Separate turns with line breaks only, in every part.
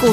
股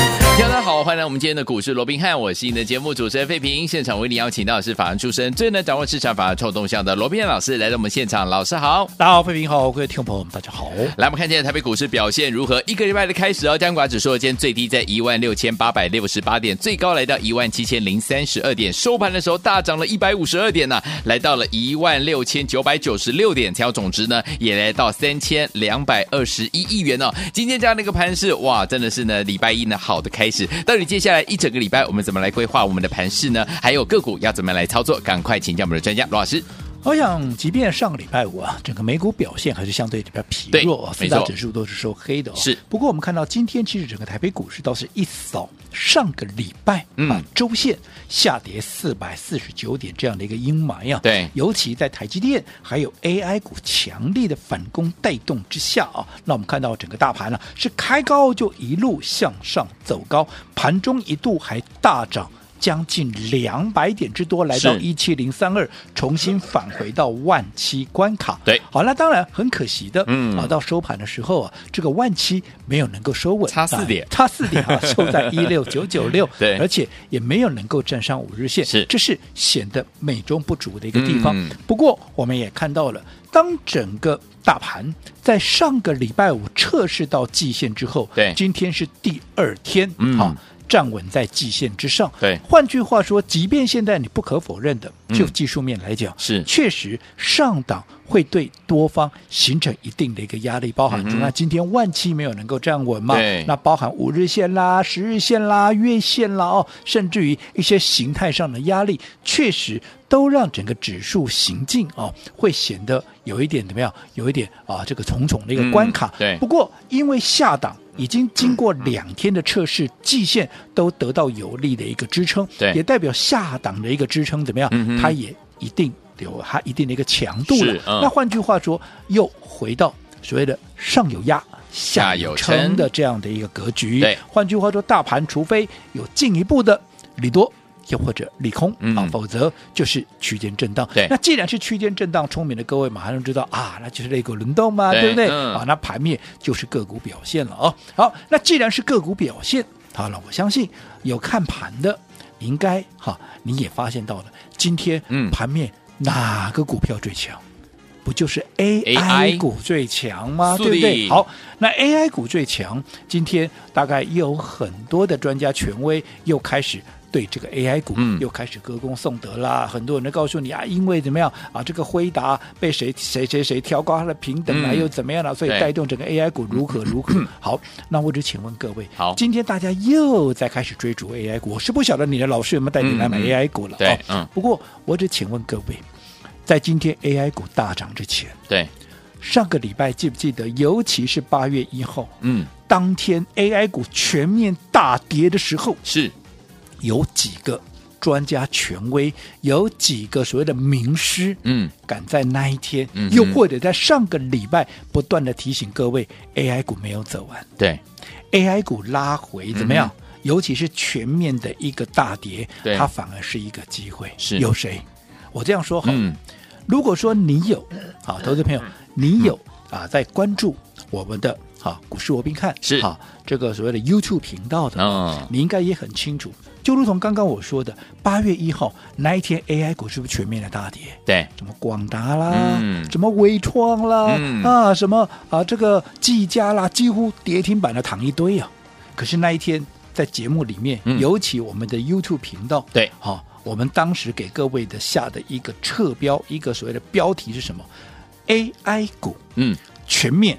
大家好，欢迎来我们今天的股市罗宾汉，我是你的节目主持人费平。现场为你邀请到的是法案出身、最能掌握市场法案臭动向的罗宾汉老师来到我们现场，老师好。
大家好，费平好，各位听众朋友们，大家好。
来，我们看今天的台北股市表现如何？一个礼拜的开始哦，加权指数今天最低在16,868点，最高来到17,032点，收盘的时候大涨了152点呢、来到了16,996点，成交总值呢也来到3,221亿元哦。今天这样的一个盘势，哇，真的是呢礼拜一呢好的开始。到底接下来一整个礼拜我们怎么来规划我们的盘势呢？还有个股要怎么来操作？赶快请教我们的专家罗老师。
我想，即便上个礼拜五啊，整个美股表现还是相对比较疲弱啊，
对
四大
没错
指数都是收黑的、哦。
是
不过我们看到今天其实整个台北股市倒是一扫上个礼拜
嗯
啊周线下跌四百四十九点这样的一个阴霾啊。
对
尤其在台积电还有 AI 股强力的反攻带动之下啊，那我们看到整个大盘呢、是开高就一路向上走高，盘中一度还大涨。将近两百点之多，来到
是
一七零三二，重新返回到万七关卡。
对
好，那当然很可惜的，
嗯
啊，到收盘的时候啊，这个万七没有能够收稳，
差四点
啊差 四点啊，收在一六九九六，
对
而且也没有能够站上五日线，
是
这是显得美中不足的一个地方。
嗯
不过我们也看到了，当整个大盘在上个礼拜五测试到季线之后，
对
今天是第二天，啊
嗯
好。站稳在季线之上。
对嗯
换句话说，即便现在你不可否认的，就技术面来讲，
是
确实上档会对多方形成一定的一个压力，包含
嗯
中
哼
那今天万期没有能够站稳嘛
对，
那包含五日线啦、十日线啦、月线啦哦，甚至于一些形态上的压力，确实都让整个指数行进哦，会显得有一点怎么样？有一点啊，这个重重的一个关卡。
嗯对
不过因为下档。已经经过两天的测试，季线都得到有力的一个支撑，
对
也代表下档的一个支撑怎么样？
嗯哼
它也一定有它一定的一个强度了
是。嗯
那换句话说，又回到所谓的上有压。下有撑的这样的一个格局
对。
换句话说，大盘除非有进一步的利多，又或者利空、
嗯
啊，否则就是区间震荡。
对
那既然是区间震荡，聪明的各位马上就知道啊，那就是肋骨轮动嘛，
对
对不对？
嗯
啊，那盘面就是个股表现了哦。好，那既然是个股表现，好了，我相信有看盘的，应该哈，你也发现到了，今天
嗯
盘面哪个股票最强？不就是 AI
AI
股最强吗？
速
对不
力
对？好，那 AI 股最强，今天大概又有很多的专家权威又开始。对这个 AI 股
嗯
又开始歌功颂德啦，很多人都告诉你啊，因为怎么样啊，这个辉达被谁谁谁谁调高它的平等啊，
嗯
又怎么样了、所以
对嗯
带动整个 AI 股如何如何。好，那我只请问各位，
好
今天大家又在开始追逐 AI 股，我是不晓得你的老师有没有带你来买
嗯嗯
AI 股了、
对
哦
嗯
不过我只请问各位，在今天 AI 股大涨之前，
对，
上个礼拜记不记得？尤其是八月一号，
嗯，
当天 AI 股全面大跌的时候，
是
有几个专家权威，有几个所谓的名师，
嗯，
敢在那一天，
嗯哼
又或者在上个礼拜不断的提醒各位，AI 股没有走完
对，
，AI 股拉回怎么样？尤其是全面的一个大跌
嗯对，
它反而是一个机会。
是
有谁？我这样说好了，
嗯，
如果说你有啊，投资朋友，你有啊在关注我们的啊股市罗宾看
是
啊这个所谓的 YouTube 频道的，
嗯
你应该也很清楚。就如同刚刚我说的，八月一号那一天 AI 股是不是全面的大跌？
对，
什么广达啦，
嗯
什么微创啦，
嗯
啊，什么啊，这个技嘉啦，几乎跌停板的躺一堆啊。可是那一天在节目里面，
嗯
尤其我们的 YouTube 频道，
对
好、我们当时给各位的下的一个侧标，一个所谓的标题是什么？AI 股
嗯，
全面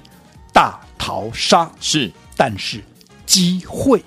大逃杀，
是
但是机会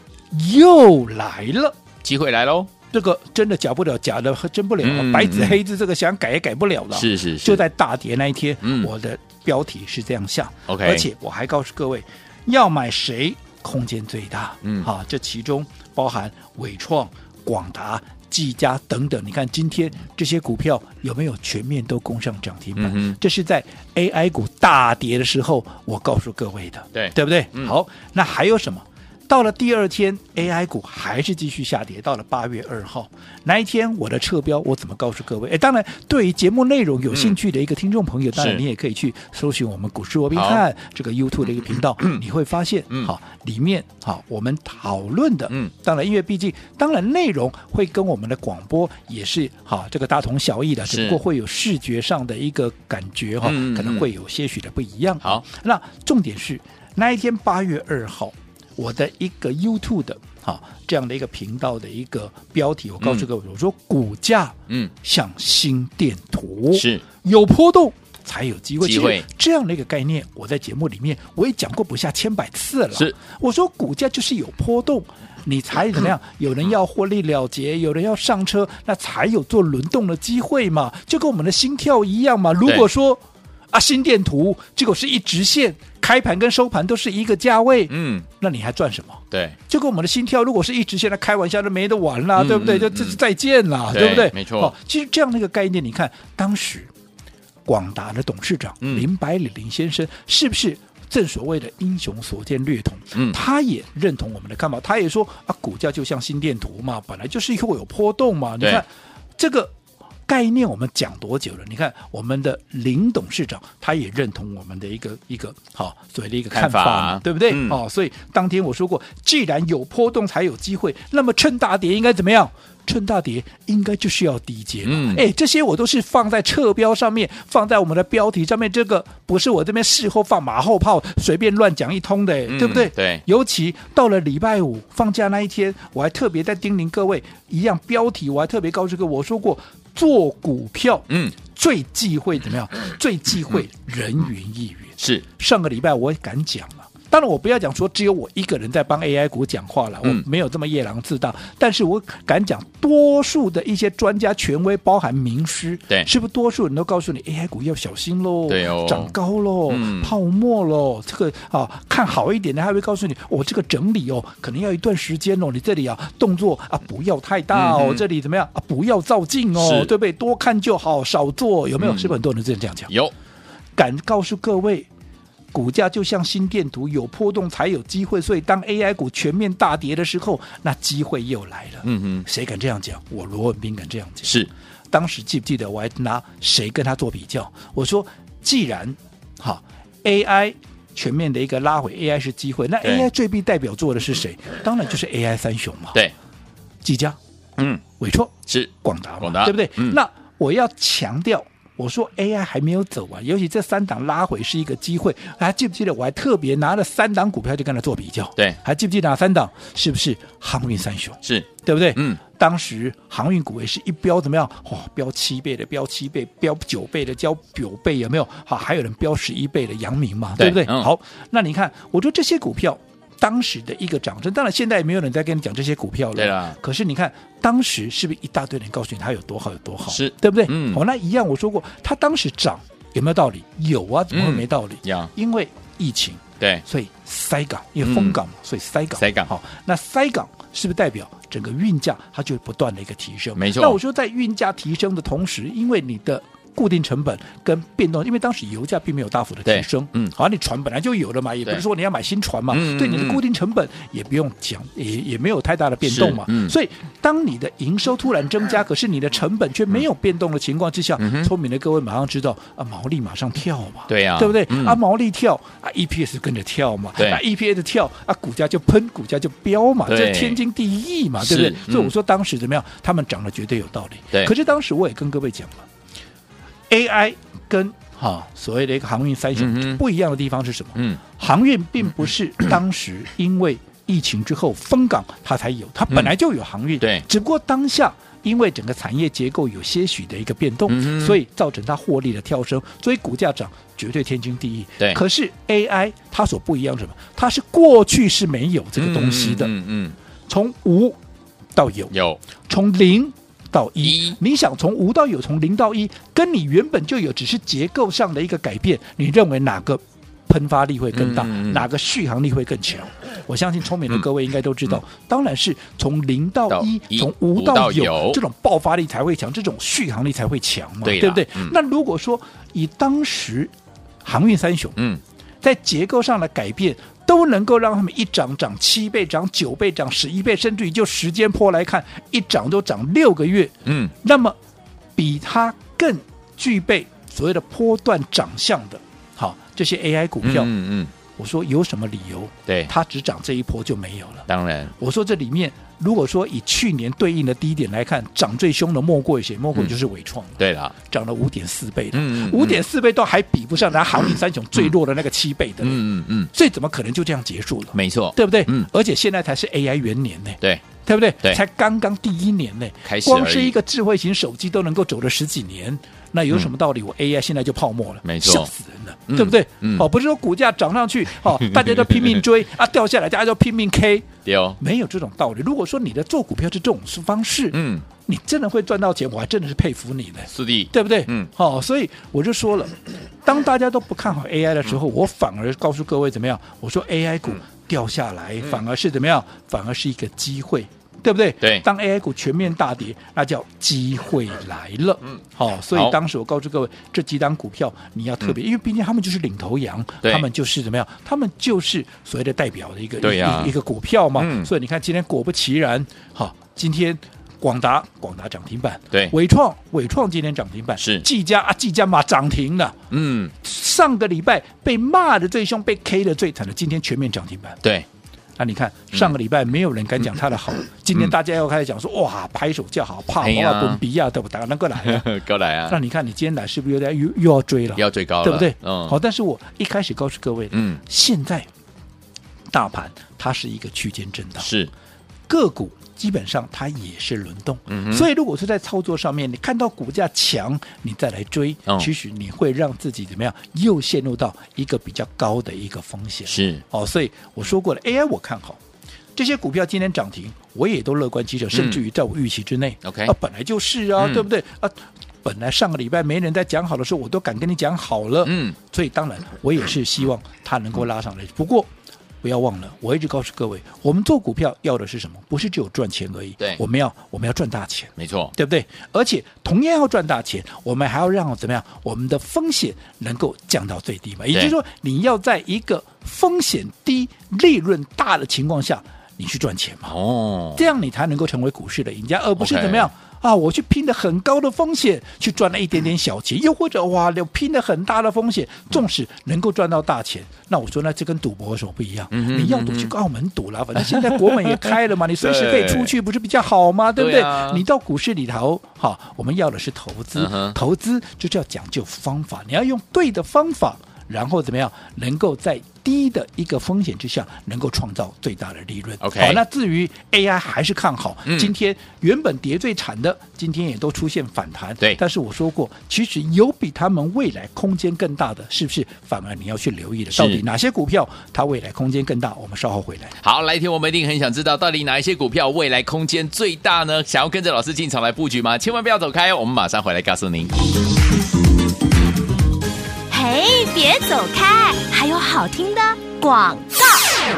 又来了。
机会来喽，
这个真的假不了，假的真不了，
嗯
白纸
嗯
黑字，这个想改也改不了的。
是是是，
就在大跌那一天，
嗯
我的标题是这样下
OK
而且我还告诉各位，要买谁空间最大，
嗯
啊，这其中包含伟创、广达、技嘉等等。你看今天这些股票有没有全面都攻上涨停板？
嗯哼
这是在 AI 股大跌的时候，我告诉各位的，
对
对不对？
嗯
好，那还有什么？到了第二天，AI 股还是继续下跌。到了八月二号那一天，我的撤标我怎么告诉各位？哎，当然，对于节目内容有兴趣的一个听众朋友，当
嗯
然
是
你也可以去搜寻我们股市罗宾
好
汉这个 YouTube 的一个频道，你会发现，
嗯
好，里面好我们讨论的，
嗯，
当然，因为毕竟当然内容会跟我们的广播也是好这个大同小异的，
是
只不过会有视觉上的一个感觉哈，
嗯嗯
可能
嗯
会有些许的不一样。
好，
那重点是那一天八月二号，我的一个 YouTube 的啊这样的一个频道的一个标题，我告诉各位，我说股价
嗯，
像心电图，
是
有波动。才有机会。
机会
其实这样的一个概念，我在节目里面我也讲过不下千百次了。
是，
我说股价就是有波动，你才怎么 样？有人要获利了结，有人要上车，那才有做轮动的机会嘛，就跟我们的心跳一样嘛。如果说啊，心电图结果是一直线，开盘跟收盘都是一个价位，
嗯，
那你还赚什么？
对，
就跟我们的心跳，如果是一直线，那开玩笑都没得玩啦，
嗯
对不对？
嗯
就这
嗯
再见啦，
对
对不对？
没错
哦，其实这样的一个概念，你看当时广达的董事长
嗯
林百里林先生，是不是正所谓的英雄所见略同？
嗯
他也认同我们的看法，他也说啊，股价就像心电图嘛，本来就是会有波动嘛。你
对
看这个。概念我们讲多久了？你看我们的林董事长，他也认同我们的一个一个好、所谓的一个看
看法
法嘛，对不对？
嗯
哦，哦，所以当天我说过，既然有波动才有机会，那么趁大跌应该怎么样？趁大跌应该就是要低接嘛
嗯，
哎、这些我都是放在侧标上面，放在我们的标题上面，这个不是我这边事后放马后炮，随便乱讲一通的、哎
嗯
对不对？
对
尤其到了礼拜五放假那一天，我还特别在叮咛各位，一样标题我还特别告诉各位，我说过做股票，
嗯，
最忌讳怎么样？最忌讳人云亦云。
是
上个礼拜我也敢讲了。当然，我不要讲说只有我一个人在帮 AI 股讲话了，我
嗯
没有这么夜郎自大。但是我敢讲，多数的一些专家、权威，包含名师，
对
是不是多数人都告诉你 AI 股要小心喽，
对哦
涨高喽，
嗯
泡沫喽，这个啊看好一点的，他会告诉你，我、这个整理哦，可能要一段时间哦，你这里啊动作啊不要太大哦，
嗯嗯
这里怎么样啊不要照镜哦
是，
对不对？多看就好，少做，有没有？
嗯
是不是很多人真的这样讲？
有，
敢告诉各位，股价就像心电图，有波动才有机会。所以当 AI 股全面大跌的时候，那机会又来了。
嗯哼，
谁敢这样讲？我罗文斌敢这样讲。
是
当时记不记得我还拿谁跟他做比较？我说，既然哈 AI 全面的一个拉回，AI 是机会，那
对
AI 最必代表作的是谁？当然就是 AI 三雄嘛，
对，
技嘉、
嗯，
伟创、
是
广达嘛，
广达
对不对？
嗯
那我要强调，我说 AI 还没有走完，尤其这三档拉回是一个机会。还记不记得我还特别拿了三档股票就跟他做比较？
对
还记不记得哪三档？是不是航运三雄？
是，
对不对？
嗯，
当时航运股也是一标怎么样？哇、标七倍的，标七倍，标九倍的，标九倍有没有？好，还有人标十一倍的阳明嘛，
对
对不对？
嗯
好，那你看，我说这些股票当时的一个涨升，当然现在也没有人在跟你讲这些股票了。
对啊啦
可是你看，当时是不是一大堆人告诉你它有多好有多好？
是
对不对？
嗯
好、那一样，我说过，它当时涨有没有道理？有啊，怎么会
嗯
没道理？
呀，
因为疫情。
对，
所以塞港，因为封港嘛，所以塞
嗯
港。
塞港
好，那塞港是不是代表整个运价它就不断的一个提升？
没错
那我说在运价提升的同时，因为你的固定成本跟变动，因为当时油价并没有大幅的提升，
对嗯
好，你船本来就有了嘛，也不
对
是说你要买新船嘛，
嗯嗯
对你的
嗯
固定成本也不用讲，也也没有太大的变动嘛，
是嗯
所以当你的营收突然 增加，可是你的成本却没有变动的情况之下，
嗯哼
聪明的各位马上知道啊，毛利马上跳嘛，
对呀
对不对？
嗯
啊，毛利跳啊，EPS 跟着跳嘛，
对
啊，EPS 跳啊，股价就喷，股价就飙嘛，
对
这天经地义嘛，对不
是
对？
嗯
所以我说当时怎么样，他们涨得绝对有道理。
对
可是当时我也跟各位讲了，AI 跟哈、所谓的一个航运三
嗯
雄
哼
不一样的地方是什么？
嗯，
航运并不是当时因为疫情之后封港它才有，它本来就有航运，
嗯对
只不过当下。因为整个产业结构有些许的一个变动，
嗯哼
所以造成它获利的跳升，所以股价涨绝对天经地义。
对
可是 AI 它所不一样是什么？它是过去是没有这个东西的，
嗯嗯，
从无到有
嗯，有，
从零到一
一，
你想从无到有，从零到一，跟你原本就有，只是结构上的一个改变，你认为哪个喷发力会更大，
嗯嗯嗯嗯
哪个续航力会更强？我相信聪明的各位应该都知道，当然是从零到
到
一，
一
从无
无嗯到
到
有
有，这种爆发力才会强，这种续航力才会强嘛，
对啦
不对？
嗯
那如果说以当时航运三雄，
嗯，
在结构上的改变，都能够让他们一涨涨七倍、涨九倍、涨十一倍，甚至于就时间坡来看，一涨都涨六个月。
嗯，
那么比它更具备所谓的波段长相的，好这些 AI 股票，
嗯嗯，
我说有什么理由
对，
它只涨这一波就没有了？
当然，
我说这里面，如果说以去年对应的低点来看，涨最凶的莫过于谁？莫过于就是伟创了，
对了，
涨了五点四倍的，
嗯嗯，嗯
五点，四倍都还比不上咱航运三雄最弱的那个七倍的。
嗯嗯嗯，
所以怎么可能就这样结束了？
没错，
对不对？
嗯
而且现在才是 AI 元年呢，
对，
对不对？
对
才刚刚第一年呢，
开始而已
光是一个智慧型手机都能够走了十几年，那有什么道理？我 AI 现在就泡沫了，
嗯没错
笑死人了，
嗯
对不对？
嗯
哦，不是说股价涨上去， 哦，大家都拼命追啊，掉下来大家都拼命 K，
丢，
没有这种道理。如果说你的做股票是这种方式，
嗯，
你真的会赚到钱，我还真的是佩服你呢。
四弟，
对不对？
嗯
好、所以我就说了，当大家都不看好 AI 的时
嗯
候，我反而告诉各位怎么样？我说 AI 股掉下来，
嗯
反而是怎么样？反而是一个机会。对不对？
对
当 AI 股全面大跌，那叫机会来了。嗯，好、所
好嗯
以当时我告诉各位，这几档股票你要特别，因为毕竟他们就是领头羊，
对
他们就是怎么样？他们就是所谓的代表的一个
对呀
一个一个股票嘛。
嗯
所以你看，今天果不其然，好、今天广达广达涨停板，
对
伟创伟创今天涨停板
是
技嘉啊，技嘉嘛涨停了。
嗯，
上个礼拜被骂的最凶，被 K 的最惨的，今天全面涨停板。
对，
那你看
嗯
上个礼拜没有人敢讲它的好，今天大家又开始讲说哇，拍手叫好，怕
嗯哎
我
呀？
啊，本比亚对不对？能够来啊
高来啊
那，你看你今天来是不是有点又又要追了？
要最高了，
对不对？
嗯，
好，，但是我一开始告诉各位，
嗯，
现在大盘它是一个区间震荡，
是，
个股基本上它也是轮动，
嗯哼
所以如果说在操作上面，你看到股价强，你再来追，
嗯
其实你会让自己怎么样，又陷入到一个比较高的一个风险。
是，
哦，所以我说过了，AI 我看好。这些股票今天涨停，我也都乐观其成，甚至于在我预期之内。
嗯 OK
啊，本来就是啊，
嗯
对不对？啊，本来上个礼拜没人在讲好的时候，我都敢跟你讲好了。
嗯，
所以当然我也是希望它能够拉上来。不过不要忘了，我一直告诉各位，我们做股票要的是什么？不是只有赚钱而已，
对
我们要我们要赚大钱。
没错，
对不对？而且同样要赚大钱，我们还要让怎么样？我们的风险能够降到最低嘛。也就是说，你要在一个风险低、利润大的情况下，你去赚钱嘛，
哦，
这样你才能够成为股市的赢家，而不是
OK
怎么样？啊，我去拼的很高的风险，去赚了一点点小钱，又或者哇，我拼的很大的风险，纵使能够赚到大钱，那我说那这跟赌博有什么不一样？
嗯哼嗯
你要赌去澳门赌啦，反正现在国门也开 了嘛，你随时可以出去，不是比较好吗？对不
对
对？
啊
你到股市里头，好，我们要的是投资，
嗯哼
投资就是要讲究方法，你要用对的方法，然后怎么样能够在低的一个风险之下，能够创造最大的利润。
OK
好，那至于 AI 还是看好，
嗯
今天原本跌最惨的，今天也都出现反弹。
对
但是我说过，其实有比他们未来空间更大的，是不是？反而你要去留意的，
是
到底哪些股票它未来空间更大？我们稍后回来。
好，来听我们一定很想知道，到底哪一些股票未来空间最大呢？想要跟着老师进场来布局吗？千万不要走开哦，我们马上回来告诉您。
嘿，别走开，还有好听的广告。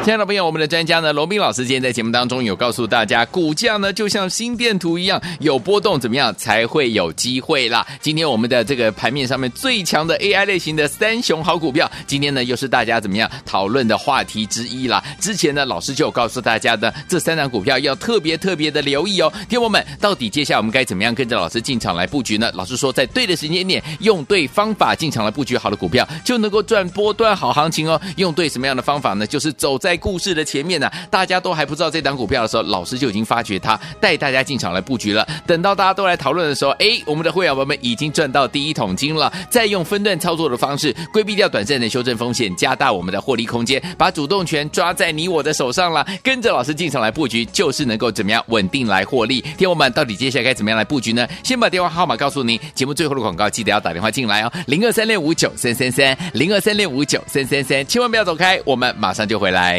亲爱的朋友我们的专家呢，罗斌老师今天在节目当中有告诉大家，股价呢就像心电图一样，有波动怎么样才会有机会啦。今天我们的这个盘面上面最强的 AI 类型的三雄好股票，今天呢又是大家怎么样讨论的话题之一啦。之前呢，老师就有告诉大家的，这三档股票要特别特别的留意哦。听友们，到底接下来我们该怎么样跟着老师进场来布局呢？老师说，在对的时间点，用对方法进场来布局好的股票，就能够赚波段好行情哦。用对什么样的方法呢？就是走在故事的前面呢、啊大家都还不知道这档股票的时候，老师就已经发掘它，带大家进场来布局了。等到大家都来讨论的时候，哎，我们的会员宝宝们已经赚到第一桶金了。再用分段操作的方式，规避掉短暂的修正风险，加大我们的获利空间，把主动权抓在你我的手上了。跟着老师进场来布局，就是能够怎么样稳定来获利。听友们，到底接下来该怎么样来布局呢？先把电话号码告诉您，节目最后的广告记得要打电话进来哦，零二三六五九三三三，零二三六五九三三三，千万不要走开，我们马上就回来。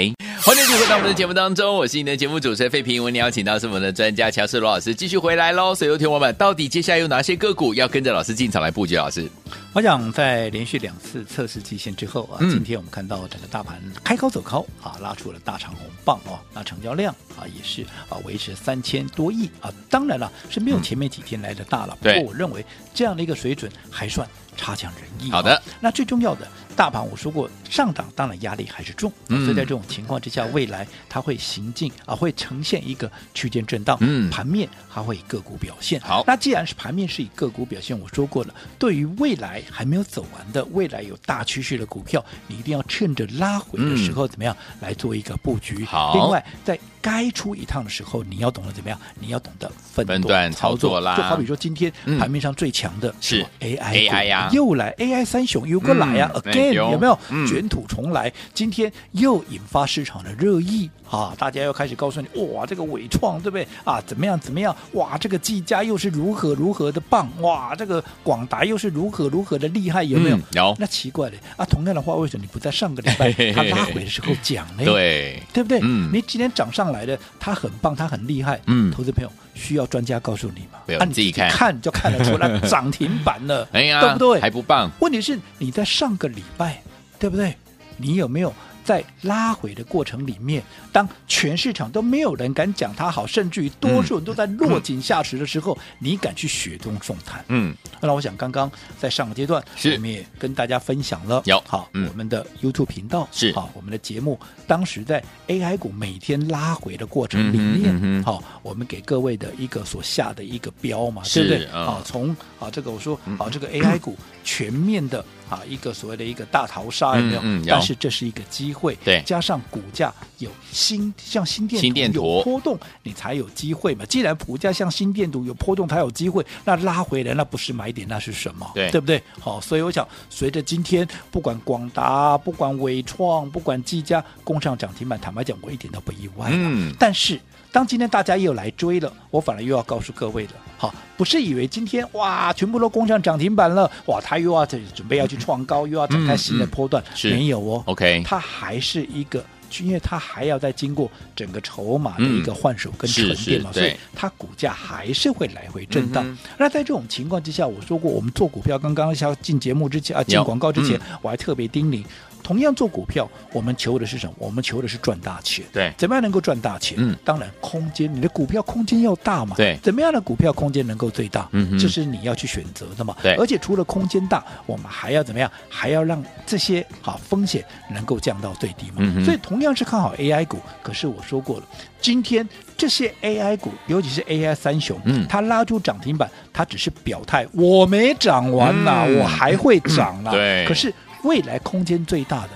欢迎继续回到我们的节目当中，我是你的节目主持人费平。我们邀请到是我们的专家乔世罗老师继续回来喽。所以，有听我们到底接下来有哪些个股要跟着老师进场来布局？老师，
我想在连续两次测试季线之后啊，
嗯
今天我们看到整个大盘开高走高啊，拉出了大长红棒哦，那成交量啊也是啊维持三千多亿啊，当然了是没有前面几天来的大了，
嗯对
不过我认为这样的一个水准还算差强人意、啊
好的，
那最重要的大盘我说过上档当然压力还是重，啊
嗯
所以在这种情况之下，未来它会行进啊会呈现一个区间震荡，
嗯
盘面还会以个股表现。
好
那既然是盘面是以个股表现，我说过了，对于未来还没有走完的未来有大趋势的股票，你一定要趁着拉回的时候怎么样、来做一个布局。
好
另外在该出一趟的时候，你要懂得怎么样，你要懂得分
分段
段
操作啦
就好比说今天
嗯
盘面上最强的
是
什么 AI 股
AI 呀
又来 AI 三雄又过来呀、
嗯
a g a i
哎有
n 有没有、
嗯
卷土重来？今天又引发市场的热议啊！大家又开始告诉你，哇，这个伟创对不对啊？怎么样怎么样？哇，这个技嘉又是如何如何的棒！哇，这个广达又是如何如何的厉害，有没有？
嗯有
那奇怪了啊！同样的话，为什么你不在上个礼拜它拉回的时候讲呢？。
对，
对不对？
嗯
你今天涨上来的，它很棒，它很厉害。
嗯
投资朋友需要专家告诉你吗？
不用
啊你
自己看
看就看得出来涨停板了，
哎呀，
对不对？
还不棒，
问题是你在上个礼拜，对不对？你有没有在拉回的过程里面，当全市场都没有人敢讲它好，甚至于多数人都在落井下石的时候，你敢去雪中送炭？
嗯，
那我想刚刚在上个阶段，
是
我们也跟大家分享了，
有
好、
嗯
我们的 YouTube 频道
是
好，我们的节目当时在 AI 股每天拉回的过程里
嗯哼嗯哼
面，好、我们给各位的一个所下的一个标嘛，对
是
不对？
嗯
啊，从啊这个我说啊这个 AI 股全面的啊一个所谓的一个大逃杀有没有？
嗯嗯有
但是这是一个机会，
对
加上股价有新像新电
新电图
有波动，你才有机会嘛。既然股价像新电图有波动才有机会，那拉回来那不是买点，那是什么？
对
对不对？好、所以我想，随着今天不管广达、不管伟创、不管技嘉攻上涨停板，坦白讲，我一点都不意外啦。
嗯
但是当今天大家又来追了，我反而又要告诉各位了，好，不是以为今天哇全部都攻上涨停板了，哇，他又要准准备要去创高，又要展开
嗯
新的波段，
是
没有哦。
，OK，
它还是一个，因为它还要再经过整个筹码的一个换手跟沉淀嘛，
嗯嗯是是
所以
对
它股价还是会来回震荡。
嗯
那在这种情况之下，我说过，我们做股票，刚刚要进节目之前啊，进
有
广告之前，
嗯
我还特别叮咛。同样做股票，我们求的是什么？我们求的是赚大钱。
对
怎么样能够赚大钱？
嗯
当然空间，你的股票空间要大嘛。
对
怎么样的股票空间能够最大？
嗯哼
这是你要去选择的嘛。
对
而且除了空间大，我们还要怎么样？还要让这些好风险能够降到最低嘛。
嗯哼
所以同样是看好 AI 股，可是我说过了，今天这些 AI 股，尤其是 AI 三雄，
嗯
它拉出涨停板，它只是表态，我没涨完啦，
嗯
我还会涨啦。
对
可是未来空间最大的。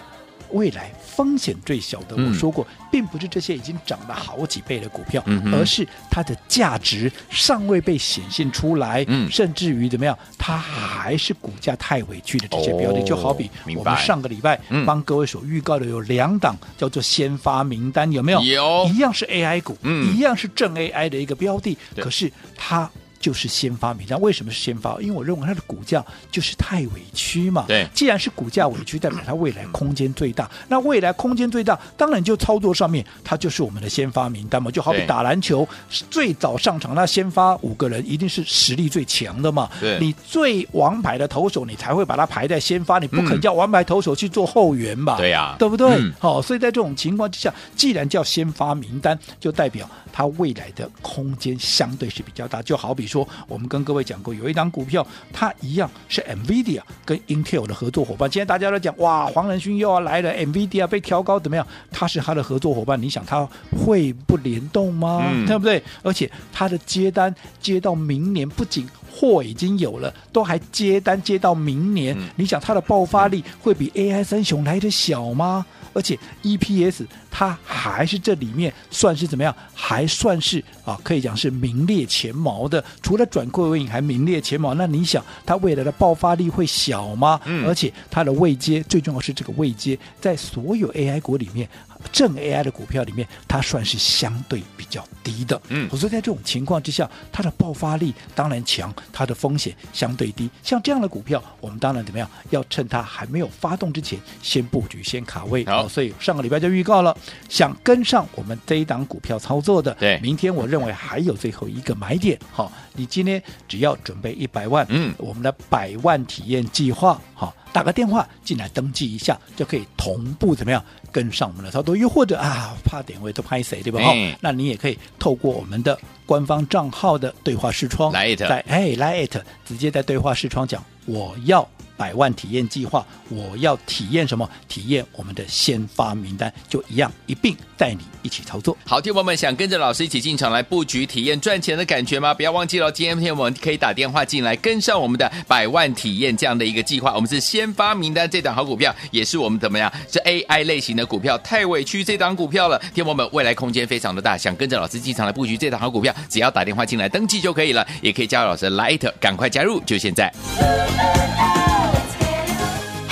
未来风险最小的，
嗯
我说过，并不是这些已经涨了好几倍的股票，
嗯哼
而是它的价值尚未被显现出来，
嗯
甚至于怎么样，它还是股价太委屈的这些标的，
哦
就好比
明白
我们上个礼拜
嗯
帮各位所预告的有两档叫做先发名单，有没有？
有
一样是 AI 股，
嗯
一样是正 AI 的一个标的，
对
可是它。就是先发名单，为什么是先发？因为我认为它的股价就是太委屈嘛。
对
既然是股价委屈，代表它未来空间最大。那未来空间最大，当然就操作上面，它就是我们的先发名单嘛。就好比
对
打篮球，最早上场那先发五个人，一定是实力最强的嘛。
对
你最王牌的投手，你才会把它排在先发，你不
嗯
肯叫王牌投手去做后援吧？
对呀
啊对不对？
嗯
好、所以在这种情况之下，既然叫先发名单，就代表它未来的空间相对是比较大。就好比说，我们跟各位讲过，有一档股票，它一样是 NVIDIA 跟 Intel 的合作伙伴。今天大家都讲，哇，黄仁勋又要来了，NVIDIA 被调高怎么样？它是它的合作伙伴，你想它会不联动吗？
嗯
对不对？而且它的接单接到明年，不仅货已经有了，都还接单接到明年。
嗯
你想它的爆发力会比 AI 三雄来的小吗？而且 EPS 它还是这里面算是怎么样？还算是啊，可以讲是名列前茅的。除了转亏为盈，还名列前茅。那你想它未来的爆发力会小吗？
嗯
而且它的位阶，最重要是这个位阶在所有 AI 股里面正 AI 的股票里面，它算是相对比较低的。
嗯
我说在这种情况之下，它的爆发力当然强，它的风险相对低。像这样的股票，我们当然怎么样？要趁它还没有发动之前，先布局，先卡位。哦
好
所以上个礼拜就预告了，想跟上我们这一档股票操作的，
对
明天我认为还有最后一个买点。好，你今天只要准备一百万，
嗯
我们的百万体验计划，好，打个电话进来登记一下，就可以同步怎么样跟上我们的操作，又或者啊，怕点位都拍谁对吧？哈、
嗯
那你也可以透过我们的官方账号的对话视窗，
来 it
在哎来 it，直接在对话视窗讲我要。百万体验计划，我要体验什么？体验我们的先发名单，就一样一并带你一起操作。
好，听众朋友们想跟着老师一起进场来布局、体验赚钱的感觉吗？不要忘记了，今天我们可以打电话进来，跟上我们的百万体验这样的一个计划。我们是先发名单这档好股票，也是我们怎么样？是 AI 类型的股票，太委屈这档股票了。听众朋友们，未来空间非常的大，想跟着老师进场来布局这档好股票，只要打电话进来登记就可以了，也可以加入老师的 Light，赶快加入，就现在。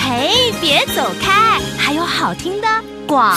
嘿，别走开，还有好听的广。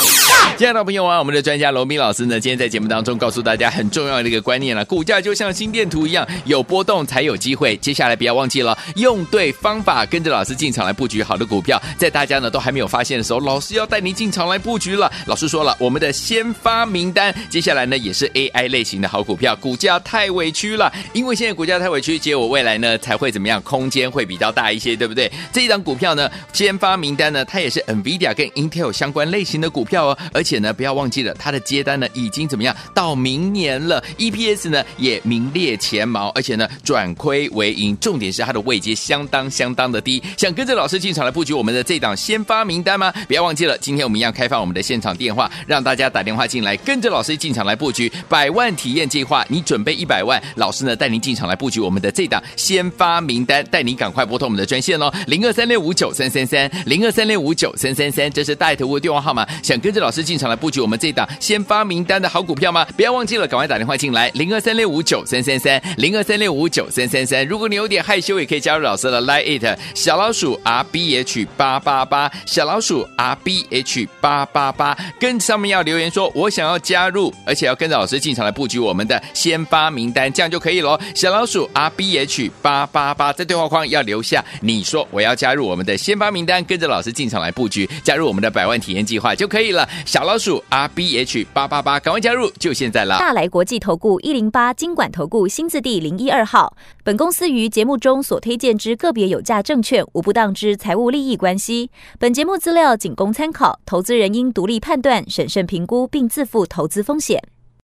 亲爱的朋友啊，我们的专家罗斌老师呢，今天在节目当中告诉大家很重要的一个观念了，股价就像心电图一样，有波动才有机会。接下来不要忘记了，用对方法，跟着老师进场来布局好的股票，在大家呢都还没有发现的时候，老师要带您进场来布局了。老师说了，我们的先发名单，接下来呢也是 AI 类型的好股票，股价太委屈了，因为现在股价太委屈，结果未来呢才会怎么样，空间会比较大一些，对不对？这一档股票呢，先发名单呢，它也是 NVIDIA 跟 Intel 相关类型的股票哦，而且呢，不要忘记了它的接单呢已经怎么样到明年了，EPS 呢也名列前茅，而且呢转亏为盈，重点是它的位阶相当相当的低。想跟着老师进场来布局我们的这档先发名单吗？不要忘记了，今天我们一样开放我们的现场电话，让大家打电话进来，跟着老师进场来布局百万体验计划，你准备一百万，老师呢带您进场来布局我们的这档先发名单，带您赶快拨通我们的专线哦，零二三六五九三三三，零二三六五九三三三，这是大头屋的电话号码。想跟着老师进场来布局我们这档先发名单的好股票吗？不要忘记了，赶快打电话进来，零二三六五九三三三，零二三六五九三三三。如果你有点害羞，也可以加入老师的 Line It 小老鼠 R B H 八八八，小老鼠 R B H 八八八，跟上面要留言说我想要加入，而且要跟着老师进场来布局我们的先发名单，这样就可以喽。小老鼠 R B H 八八八，在对话框要留下你说我要加入我们的先发名单，跟着老师进场来布局，加入我们的百万体验计划就可以了。小老鼠 R B H 八八八，赶快加入，就现在啦！
大来国际投顾一零八金管投顾新字第零一二号。本公司于节目中所推荐之个别有价证券，无不当之财务利益关系。本节目资料仅供参考，投资人应独立判断、审慎评估，并自负投资风险。